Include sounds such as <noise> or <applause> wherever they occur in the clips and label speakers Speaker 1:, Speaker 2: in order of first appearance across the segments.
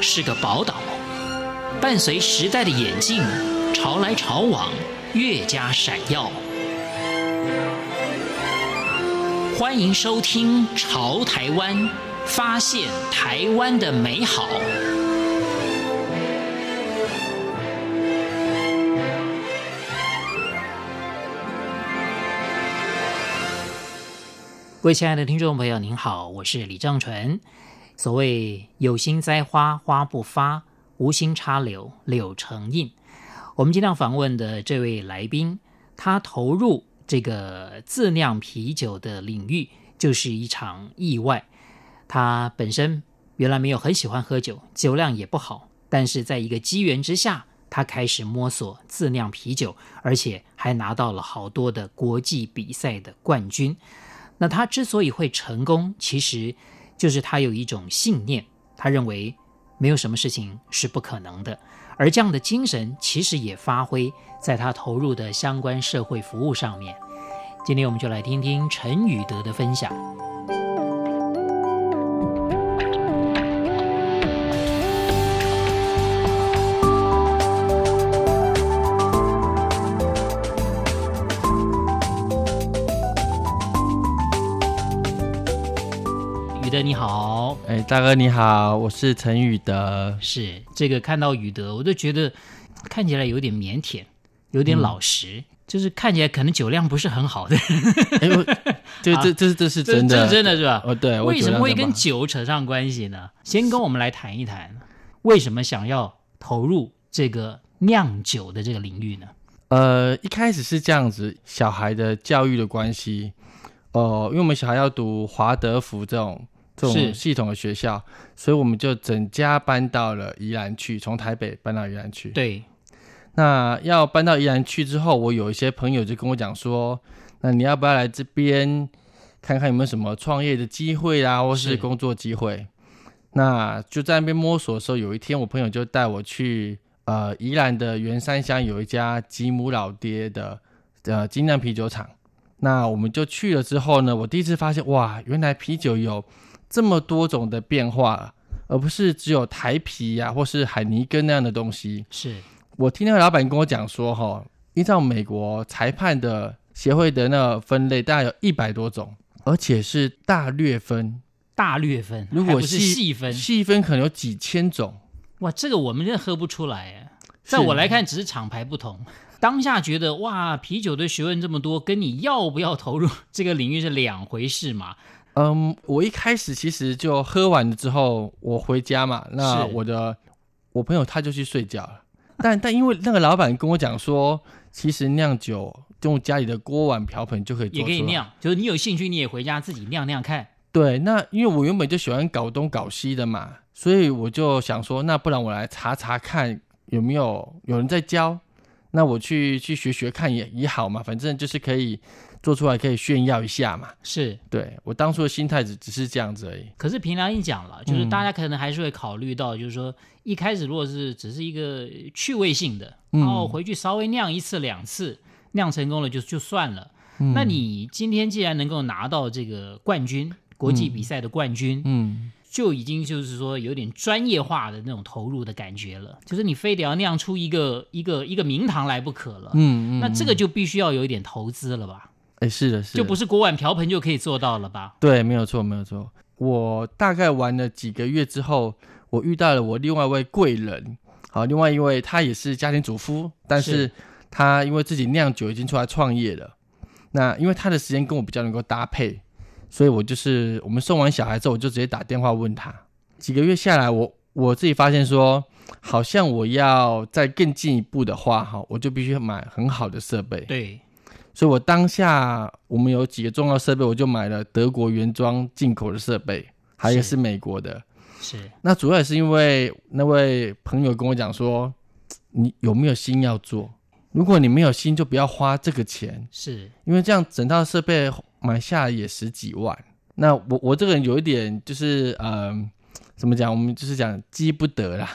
Speaker 1: 是个宝岛，伴随时代的演进，潮来潮往，越加闪耀。欢迎收听《潮台湾》，发现台湾的美好。各位亲爱的听众朋友，您好，我是李正淳。所谓有心栽花花不发，无心插柳柳成荫。我们今天访问的这位来宾，他投入这个自酿啤酒的领域，就是一场意外。他本身原来没有很喜欢喝酒，酒量也不好，但是在一个机缘之下，他开始摸索自酿啤酒，而且还拿到了好多的国际比赛的冠军。那他之所以会成功，其实就是他有一种信念，他认为没有什么事情是不可能的。而这样的精神，其实也发挥在他投入的相关社会服务上面。今天我们就来听听陈宇德的分享。宇德你好，
Speaker 2: 哎，大哥你好，我是陈宇德。
Speaker 1: 是这个看到宇德，我就觉得看起来有点腼腆，有点老实，
Speaker 2: 嗯
Speaker 1: 就是看起来可能酒量不是很好的，
Speaker 2: 哎，
Speaker 1: <laughs>
Speaker 2: 我这这这这是真
Speaker 1: 啊这
Speaker 2: 的，
Speaker 1: 是 <laughs> 真的是吧？
Speaker 2: 哦，对，我
Speaker 1: 为什么会跟
Speaker 2: 酒
Speaker 1: 酒扯上关系呢？先跟我们来谈一谈，为什么想要投入这个酿酒的这个领域呢？
Speaker 2: 量的嘛？呃，一开始是这样子，小孩的教育的关系，哦、因为我们小孩要读华德福这种这
Speaker 1: 是
Speaker 2: 种系统的学校，所以我们就整家搬到了宜兰去，从台北搬到宜兰去。
Speaker 1: 对，
Speaker 2: 那要搬到宜兰去之后，我有一些朋友就跟我讲说，那你要不要来这边看看有没有什么创业的机会啊，或
Speaker 1: 是
Speaker 2: 是工作机会？那就在那边摸索的时候，有一天我朋友就带我去呃宜兰的圆山乡有一家吉姆老爹的呃精酿啤酒厂。那我们就去了之后呢，我第一次发现哇，原来啤酒有这么多种的变化，而不是只有台啤呀、或是海尼根那样的东西。
Speaker 1: 是
Speaker 2: 我听那个老板跟我讲说，哈，依照美国裁判的协会的那个分类，大概有一百多种，而且是大略分，
Speaker 1: 大略分，
Speaker 2: 如果
Speaker 1: 还不是
Speaker 2: 细
Speaker 1: 细分，
Speaker 2: 细分可能有几千种。
Speaker 1: 哇，这个我们真的喝不出来哎。
Speaker 2: 是
Speaker 1: 在我来看，只是厂牌不同。当下觉得哇，啤酒的学问这么多，跟你要不要投入这个领域是两回事嘛。
Speaker 2: 嗯，我一开始其实就喝完了之后，我回家嘛，那
Speaker 1: 是
Speaker 2: 我的我朋友他就去睡觉了。但但因为那个老板跟我讲说，其实酿酒用家里的锅碗瓢盆就可以做
Speaker 1: 也
Speaker 2: 出
Speaker 1: 可
Speaker 2: 来，
Speaker 1: 以酿，就是你有兴趣，你也回家自己酿酿看。
Speaker 2: 对，那因为我原本就喜欢搞东搞西的嘛，所以我就想说，那不然我来查查看有没有有人在教，那我去去学学看也也好嘛，反正就是可以做出来可以炫耀一下嘛。
Speaker 1: 是，
Speaker 2: 对我当初的心态只只是这样子而已。
Speaker 1: 可是凭良心讲了，就是
Speaker 2: 嗯
Speaker 1: 大家可能还是会考虑到，就是说一开始如果是只是一个趣味性的，
Speaker 2: 嗯
Speaker 1: 然后回去稍微酿一次两次，酿成功了就就算了。
Speaker 2: 嗯
Speaker 1: 那你今天既然能够拿到这个冠军，国际比赛的冠军，
Speaker 2: 嗯，
Speaker 1: 就已经就是说有点专业化的那种投入的感觉了，就是你非得要酿出一个一个一个名堂来不可了。
Speaker 2: 嗯嗯，
Speaker 1: 那这个就必须要有一点投资了吧，
Speaker 2: 哎是的，是
Speaker 1: 就
Speaker 2: 的，
Speaker 1: 不是锅碗瓢盆就可以做到了吧？
Speaker 2: 对，没有错，没有错。我大概玩了几个月之后，我遇到了我另外一位贵人，好，另外一位她也是家庭主妇，但
Speaker 1: 是
Speaker 2: 是她因为自己酿酒已经出来创业了，那因为她的时间跟我比较能够搭配，所以我就是我们送完小孩之后，我就直接打电话问她。几个月下来，我我自己发现说，好像我要再更进一步的话，哈，我就必须买很好的设备。
Speaker 1: 对，
Speaker 2: 所以我当下我们有几个重要设备，我就买了德国原装进口的设备，还有一个
Speaker 1: 是
Speaker 2: 是美国的。
Speaker 1: 是
Speaker 2: 那主要也是因为那位朋友跟我讲说，你有没有心要做？如果你没有心，就不要花这个钱，
Speaker 1: 是
Speaker 2: 因为这样整套设备买下来也十几万。那我我这个人有一点就是，嗯、怎么讲？我们就是讲积不
Speaker 1: <laughs>
Speaker 2: 得啦。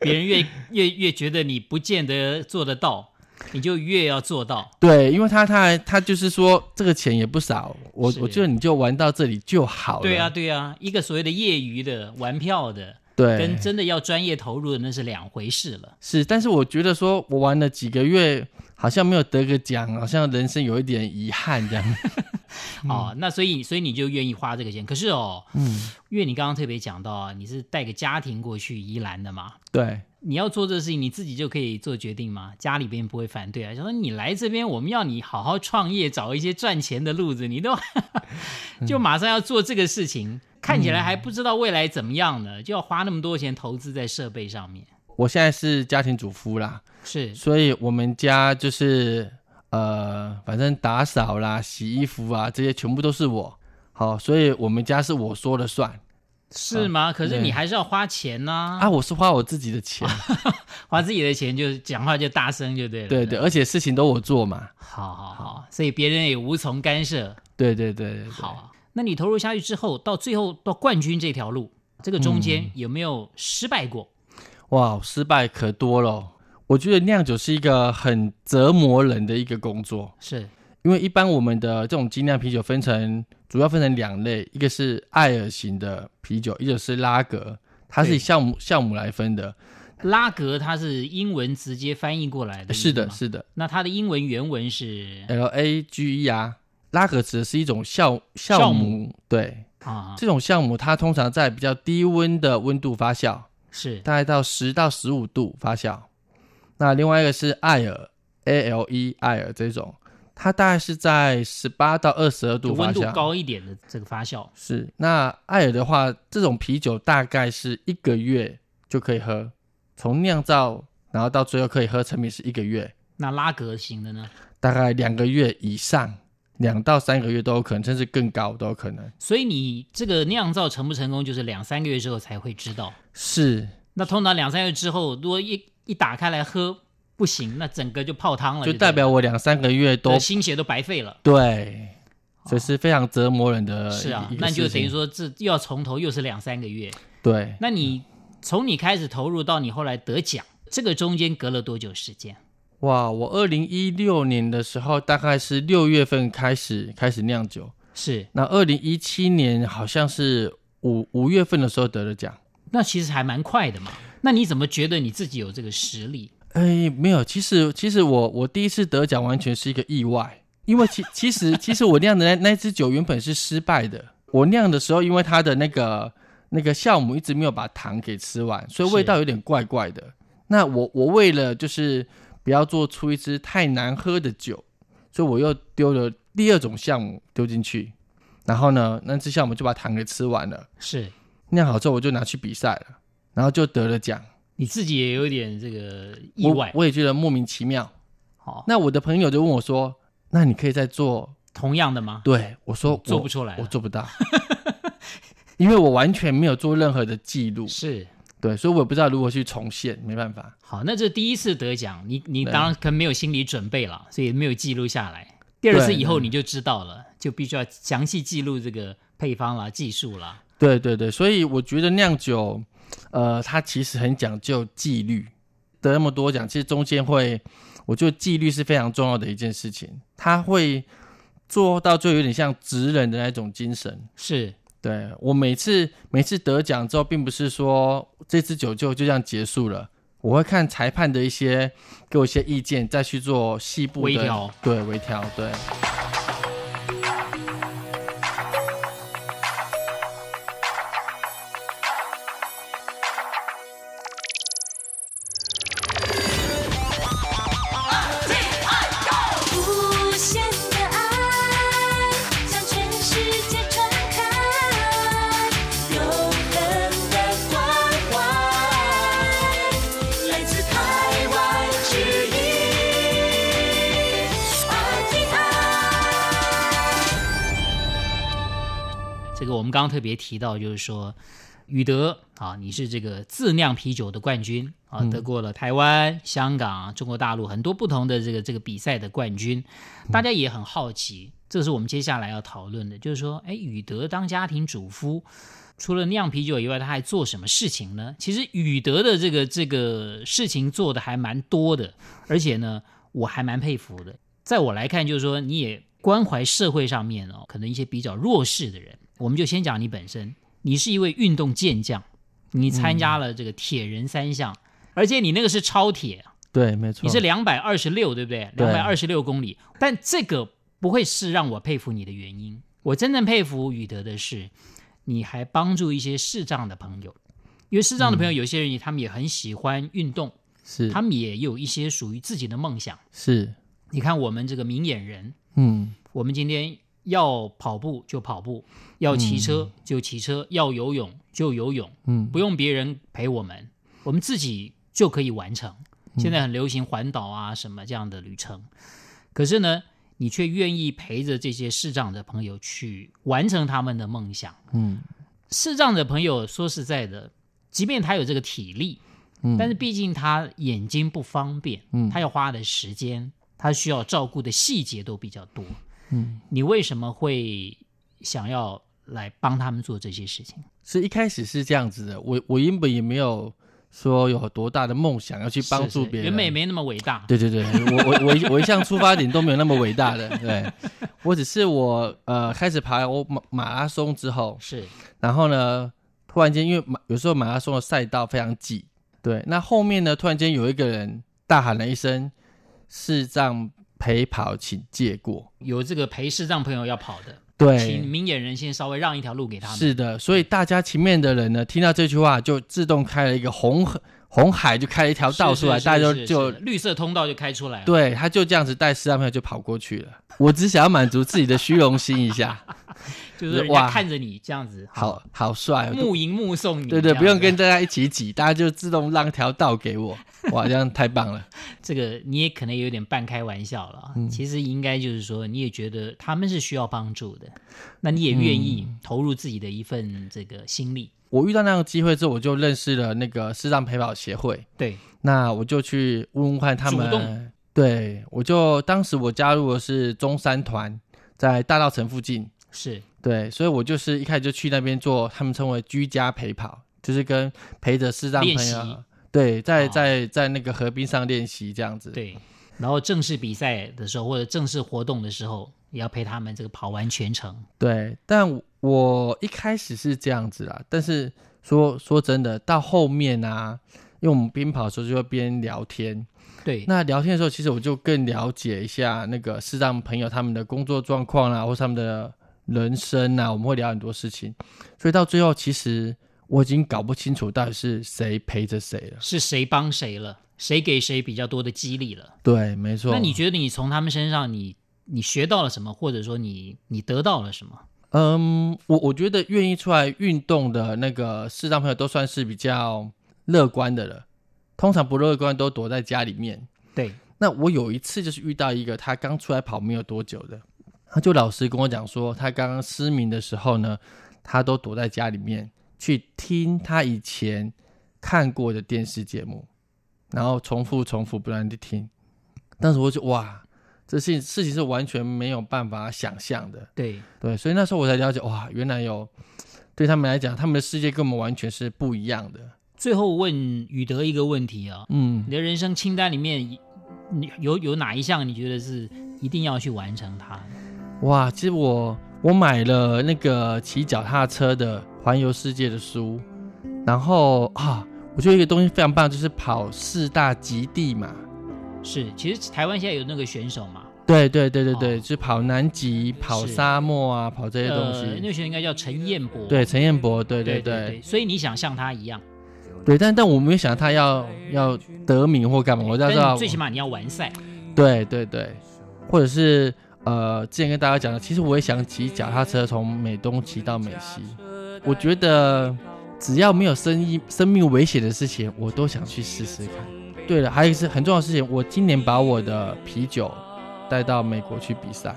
Speaker 1: 别人越 <laughs> 越越觉得你不见得做得到，你就越要做到。
Speaker 2: 对，因为他他还他就是说这个钱也不少，我
Speaker 1: 是
Speaker 2: 我觉得你就玩到这里就好了。
Speaker 1: 啊对啊，对啊，一个所谓的业余的玩票的，
Speaker 2: 对，
Speaker 1: 跟真的要专业投入的那是两回事了。
Speaker 2: 是，但是我觉得说我玩了几个月，好像没有得个奖，好像人生有一点遗憾这样。
Speaker 1: 哦，那所以所以你就愿意花这个钱。可是哦，
Speaker 2: 嗯，
Speaker 1: 因为你刚刚特别讲到啊，你是带个家庭过去宜兰的嘛，
Speaker 2: 对，
Speaker 1: 你要做这事情，你自己就可以做决定吗？家里边不会反对啊？想说你来这边，我们要你好好创业，找一些赚钱的路子，你都 <laughs> 就马上要做这个事
Speaker 2: 嗯
Speaker 1: 情，看起来还不知道未来怎么样呢，就要花那么多钱投资在设备上面，
Speaker 2: 我现在是家庭主妇啦，
Speaker 1: 是
Speaker 2: 所以我们家就是呃，反正打扫啦、洗衣服啊，这些全部都是我。好，所以我们家是我说了算
Speaker 1: 是吗？可是
Speaker 2: 啊对
Speaker 1: 你还是要花钱呐、
Speaker 2: 啊，我是花我自己的钱，
Speaker 1: 花自己的钱就讲话就大声就对了。
Speaker 2: 对对，，而且事情都我做嘛，
Speaker 1: 好好好，所以别人也无从干涉。
Speaker 2: 对对对对对
Speaker 1: 好啊，那你投入下去之后，到最后到冠军这条路，这个中
Speaker 2: 嗯
Speaker 1: 间有没有失败过？
Speaker 2: 哇，失败可多了。我觉得酿酒是一个很折磨人的一个工作，
Speaker 1: 是
Speaker 2: 因为一般我们的这种精酿啤酒分成主要分成两类，一个是艾尔型的啤酒，一个是拉格，它是以
Speaker 1: 对嗯
Speaker 2: 酵母酵母来分的。
Speaker 1: 拉格，它是英文直接翻译过来的，
Speaker 2: 是呃的，。是的
Speaker 1: 那它的英文原文是
Speaker 2: ，L A G E R，拉格指的是一种酵
Speaker 1: 酵
Speaker 2: 酵
Speaker 1: 母
Speaker 2: 母，对，
Speaker 1: 啊，
Speaker 2: 这种酵母它通常在比较低温的温度发酵，
Speaker 1: 是
Speaker 2: 大概到十到十五度发酵。那另外一个是艾尔 A L E 艾尔这种，它大概是在十八到二十二
Speaker 1: 就
Speaker 2: 度发
Speaker 1: 温度
Speaker 2: 酵。
Speaker 1: 高一点的这个发酵，
Speaker 2: 是，那艾尔的话，这种啤酒大概是一个月就可以喝，从酿造然后到最后可以喝成品是一个月，
Speaker 1: 那拉格型的呢？
Speaker 2: 大概两个月以上，两到三个月都有可能，甚至更高都有可能。
Speaker 1: 所以你这个酿造成不成功，就是两三个月之后才会知道。
Speaker 2: 是，
Speaker 1: 那通常两三个月之后，如果一一打开来喝不行，那整个就泡汤了，
Speaker 2: 就
Speaker 1: 对
Speaker 2: 代表我两三个月都
Speaker 1: 对心血都白费了。
Speaker 2: 对，所以是非常折磨人的一。
Speaker 1: 哦是啊
Speaker 2: 呃一，个
Speaker 1: 那你就
Speaker 2: 事情嗯
Speaker 1: 等于说这又要从头又是两三个月。
Speaker 2: 对，
Speaker 1: 那你从你开始投入到你后来得奖，这个中间隔了多久时间？
Speaker 2: 哇，我二零一六年的时候，大概是六月份开始开始酿酒，
Speaker 1: 是，
Speaker 2: 那二零一七年好像是五五月份的时候得了奖。
Speaker 1: 那其实还蛮快的嘛。那你怎么觉得你自己有这个实力？
Speaker 2: 哎，没有，其实其实我我第一次得奖完全是一个意外，因为其其实其实我酿的那那支酒原本是失败的，我酿的时候因为它的那个那个酵母一直没有把糖给吃完，所以
Speaker 1: 是
Speaker 2: 味道有点怪怪的。那我我为了就是不要做出一支太难喝的酒，所以我又丢了第二种酵母丢进去，然后呢，那只酵母就把糖给吃完了。
Speaker 1: 是
Speaker 2: 酿好之后我就拿去比赛了，然后就得了奖。
Speaker 1: 你自己也有点这个意外
Speaker 2: 我，我也觉得莫名其妙。
Speaker 1: 好，
Speaker 2: 那我的朋友就问我说：“那你可以再做
Speaker 1: 同样的？”吗？
Speaker 2: 对我说：“
Speaker 1: 做
Speaker 2: 我
Speaker 1: 不出来啊
Speaker 2: 我
Speaker 1: 了，
Speaker 2: 做不到， <laughs> 因为我完全没有做任何的记录，
Speaker 1: 是。
Speaker 2: 对，所以我也不知道如何去重现，没办法。
Speaker 1: 好，那这第一次得奖，你你
Speaker 2: 对
Speaker 1: 当然可能没有心理准备了，所以没有记录下来。第二次
Speaker 2: 对
Speaker 1: 以后你就知道了，就必须要详细记录这个配方啦、技术啦。
Speaker 2: 对对对，所以我觉得酿酒，呃，它其实很讲究纪律。得那么多奖，其实中间会，我觉得纪律是非常重要的一件事情，它会做到最后有点像职人的那种精神。
Speaker 1: 是
Speaker 2: 对我每次每次得奖之后，并不是说这支酒就就这样结束了，我会看裁判的一些给我一些意见，再去做细部的
Speaker 1: 微调，
Speaker 2: 对微调，对。
Speaker 3: 无限的爱向全世界传开，永恒的关怀来自台湾之音。
Speaker 1: 这个我们刚刚特别提到，就是说，宇德啊，你是这个自酿啤酒的冠军啊，得过了台湾、香港、中国大陆很多不同的这个这个比赛的冠军。大家也很好奇，这是我们接下来要讨论的，就是说，哎，宇德当家庭主夫，除了酿啤酒以外，他还做什么事情呢？其实宇德的这个这个事情做的还蛮多的，而且呢，我还蛮佩服的。在我来看，就是说你也关怀社会上面哦，可能一些比较弱势的人。我们就先讲你本身，你是一位运动健将，你参加了这个铁人三项，而且你那个是超铁，
Speaker 2: 对，没错，
Speaker 1: 你是两百二十六，对不对？
Speaker 2: 对
Speaker 1: 两百二十六公里，但这个不会是让我佩服你的原因。我真正佩服宇德的是，你还帮助一些视障的朋友，因为视障的朋友有些人也他们也很喜欢运动，
Speaker 2: 是
Speaker 1: 他们也有一些属于自己的梦想。
Speaker 2: 是，
Speaker 1: 你看我们这个明眼人，
Speaker 2: 嗯，
Speaker 1: 我们今天要跑步就跑步，要骑车就骑车，要游泳就游泳，
Speaker 2: 嗯
Speaker 1: 不用别人陪我们，我们自己就可以完成。
Speaker 2: 嗯
Speaker 1: 现在很流行环岛啊什么这样的旅程，可是呢，你却愿意陪着这些视障的朋友去完成他们的梦想。
Speaker 2: 嗯
Speaker 1: 视障的朋友说实在的，即便他有这个体力，
Speaker 2: 嗯，
Speaker 1: 但是毕竟他眼睛不方便，
Speaker 2: 嗯
Speaker 1: 他要花的时间，他需要照顾的细节都比较多。
Speaker 2: 嗯，
Speaker 1: 你为什么会想要来帮他们做这些事情？
Speaker 2: 是一开始是这样子的，我我原本也没有说有多大的梦想要去帮助
Speaker 1: 是是
Speaker 2: 别人，
Speaker 1: 原本也没那么伟大。
Speaker 2: 对对对，我我我一我一向出发点都没有那么伟大的，
Speaker 1: <laughs>
Speaker 2: 对我只是我呃开始爬我马马拉松之后，
Speaker 1: 是
Speaker 2: 然后呢，突然间因为马有时候马拉松的赛道非常挤，对，那后面呢突然间有一个人大喊了一声“视障陪跑，请借过
Speaker 1: 有这个陪视障朋友要跑的，”，请
Speaker 2: 对，
Speaker 1: 明眼人先稍微让一条路给他们。
Speaker 2: 是的，所以大家前面的人呢听到这句话就自动开了一个红红海，就开了一条
Speaker 1: 是
Speaker 2: 道出来，
Speaker 1: 是
Speaker 2: 大家就是
Speaker 1: 是
Speaker 2: 就是
Speaker 1: 绿色通道就开出来了。
Speaker 2: 对，他就这样子带视障朋友就跑过去了。我只想要满足自己的虚荣心一下，
Speaker 1: 就是人家
Speaker 2: 哇
Speaker 1: 看着你这样子，
Speaker 2: <laughs> 好好帅、哦，
Speaker 1: 目迎目送你这
Speaker 2: 对
Speaker 1: 样子。啊
Speaker 2: 对，不用跟大家一起挤，大家就自动让条道给我，哇，这样太棒了。
Speaker 1: 这个你也可能有点半开玩笑了啊，
Speaker 2: 嗯
Speaker 1: 其实应该就是说，你也觉得他们是需要帮助的，那你也愿意
Speaker 2: 嗯
Speaker 1: 投入自己的一份这个心力。
Speaker 2: 我遇到那样的机会之后，我就认识了那个视障陪跑协会，
Speaker 1: 对，
Speaker 2: 那我就去问问看他
Speaker 1: 主动
Speaker 2: 们。对，我就当时我加入的是中山团，在大道城附近。
Speaker 1: 是
Speaker 2: 对，所以我就是一开始就去那边做，他们称为居家陪跑，就是跟陪着视障朋
Speaker 1: 练习
Speaker 2: 友，对，在
Speaker 1: 哦
Speaker 2: 在在那个河滨上练习这样子。
Speaker 1: 对。然后正式比赛的时候，或者正式活动的时候，也要陪他们这个跑完全程。
Speaker 2: 对，但我一开始是这样子啦，但是说说真的，到后面啊，因为我们边跑的时候就会边聊天，
Speaker 1: 对，
Speaker 2: 那聊天的时候，其实我就更了解一下那个视障朋友他们的工作状况啦、或是他们的人生啊，我们会聊很多事情，所以到最后，其实我已经搞不清楚到底是谁陪着谁了。
Speaker 1: 是谁帮谁了，谁给谁比较多的激励了？
Speaker 2: 对，没错。
Speaker 1: 那你觉得你从他们身上你，你学到了什么，或者说你你得到了什么？
Speaker 2: 嗯，我我觉得愿意出来运动的那个视障朋友都算是比较乐观的了，通常不乐观都躲在家里面。
Speaker 1: 对，
Speaker 2: 那我有一次就是遇到一个他刚出来跑没有多久的，他就老实跟我讲说，他刚刚失明的时候呢，他都躲在家里面去听他以前看过的电视节目，然后重复重复不断的听。当时我就哇，这事情事情是完全没有办法想象的。
Speaker 1: 对，
Speaker 2: 对，所以那时候我才了解，哇，原来有对他们来讲，他们的世界跟我们完全是不一样的。
Speaker 1: 最后问宇德一个问题啊、
Speaker 2: 嗯
Speaker 1: 你，的人生清单里面，你有有哪一项你觉得是一定要去完成它的？
Speaker 2: 哇，其实我我买了那个骑脚踏车的环游世界的书，然后啊，我觉得一个东西非常棒，就是跑四大极地嘛。
Speaker 1: 是，其实台湾现在有那个选手嘛，
Speaker 2: 对对对对对，
Speaker 1: 哦
Speaker 2: 就是跑南极、跑
Speaker 1: 是
Speaker 2: 沙漠啊，跑这些东西。
Speaker 1: 呃，那个选手应该叫陈彦博。
Speaker 2: 对，陈彦博，对
Speaker 1: 对
Speaker 2: 对对
Speaker 1: 对对，所以你想像他一样，
Speaker 2: 对但但我没有想到他要要得名或干嘛，我知
Speaker 1: 但是啊
Speaker 2: 道
Speaker 1: 最起码你要完赛。
Speaker 2: 对对对，或者是呃，之前跟大家讲的，其实我也想骑脚踏车从美东骑到美西。我觉得只要没有生意生命危险的事情，我都想去试试看。对了，还有一个是很重要的事情，我今年把我的啤酒带到美国去比赛，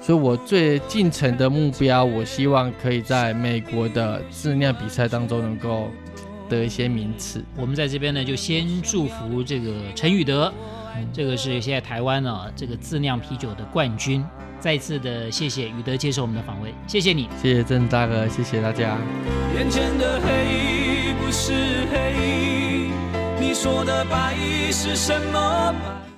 Speaker 2: 所以我最近程的目标，我希望可以在美国的质量比赛当中能够得一些名次。
Speaker 1: 我们在这边呢，就先祝福这个陈宇德，嗯这个是现在台湾啊这个自酿啤酒的冠军。再次的谢谢宇德接受我们的访问，谢谢你。
Speaker 2: 谢谢郑大哥，谢谢大家。
Speaker 4: 眼前的黑不是黑，你说的白是什么白？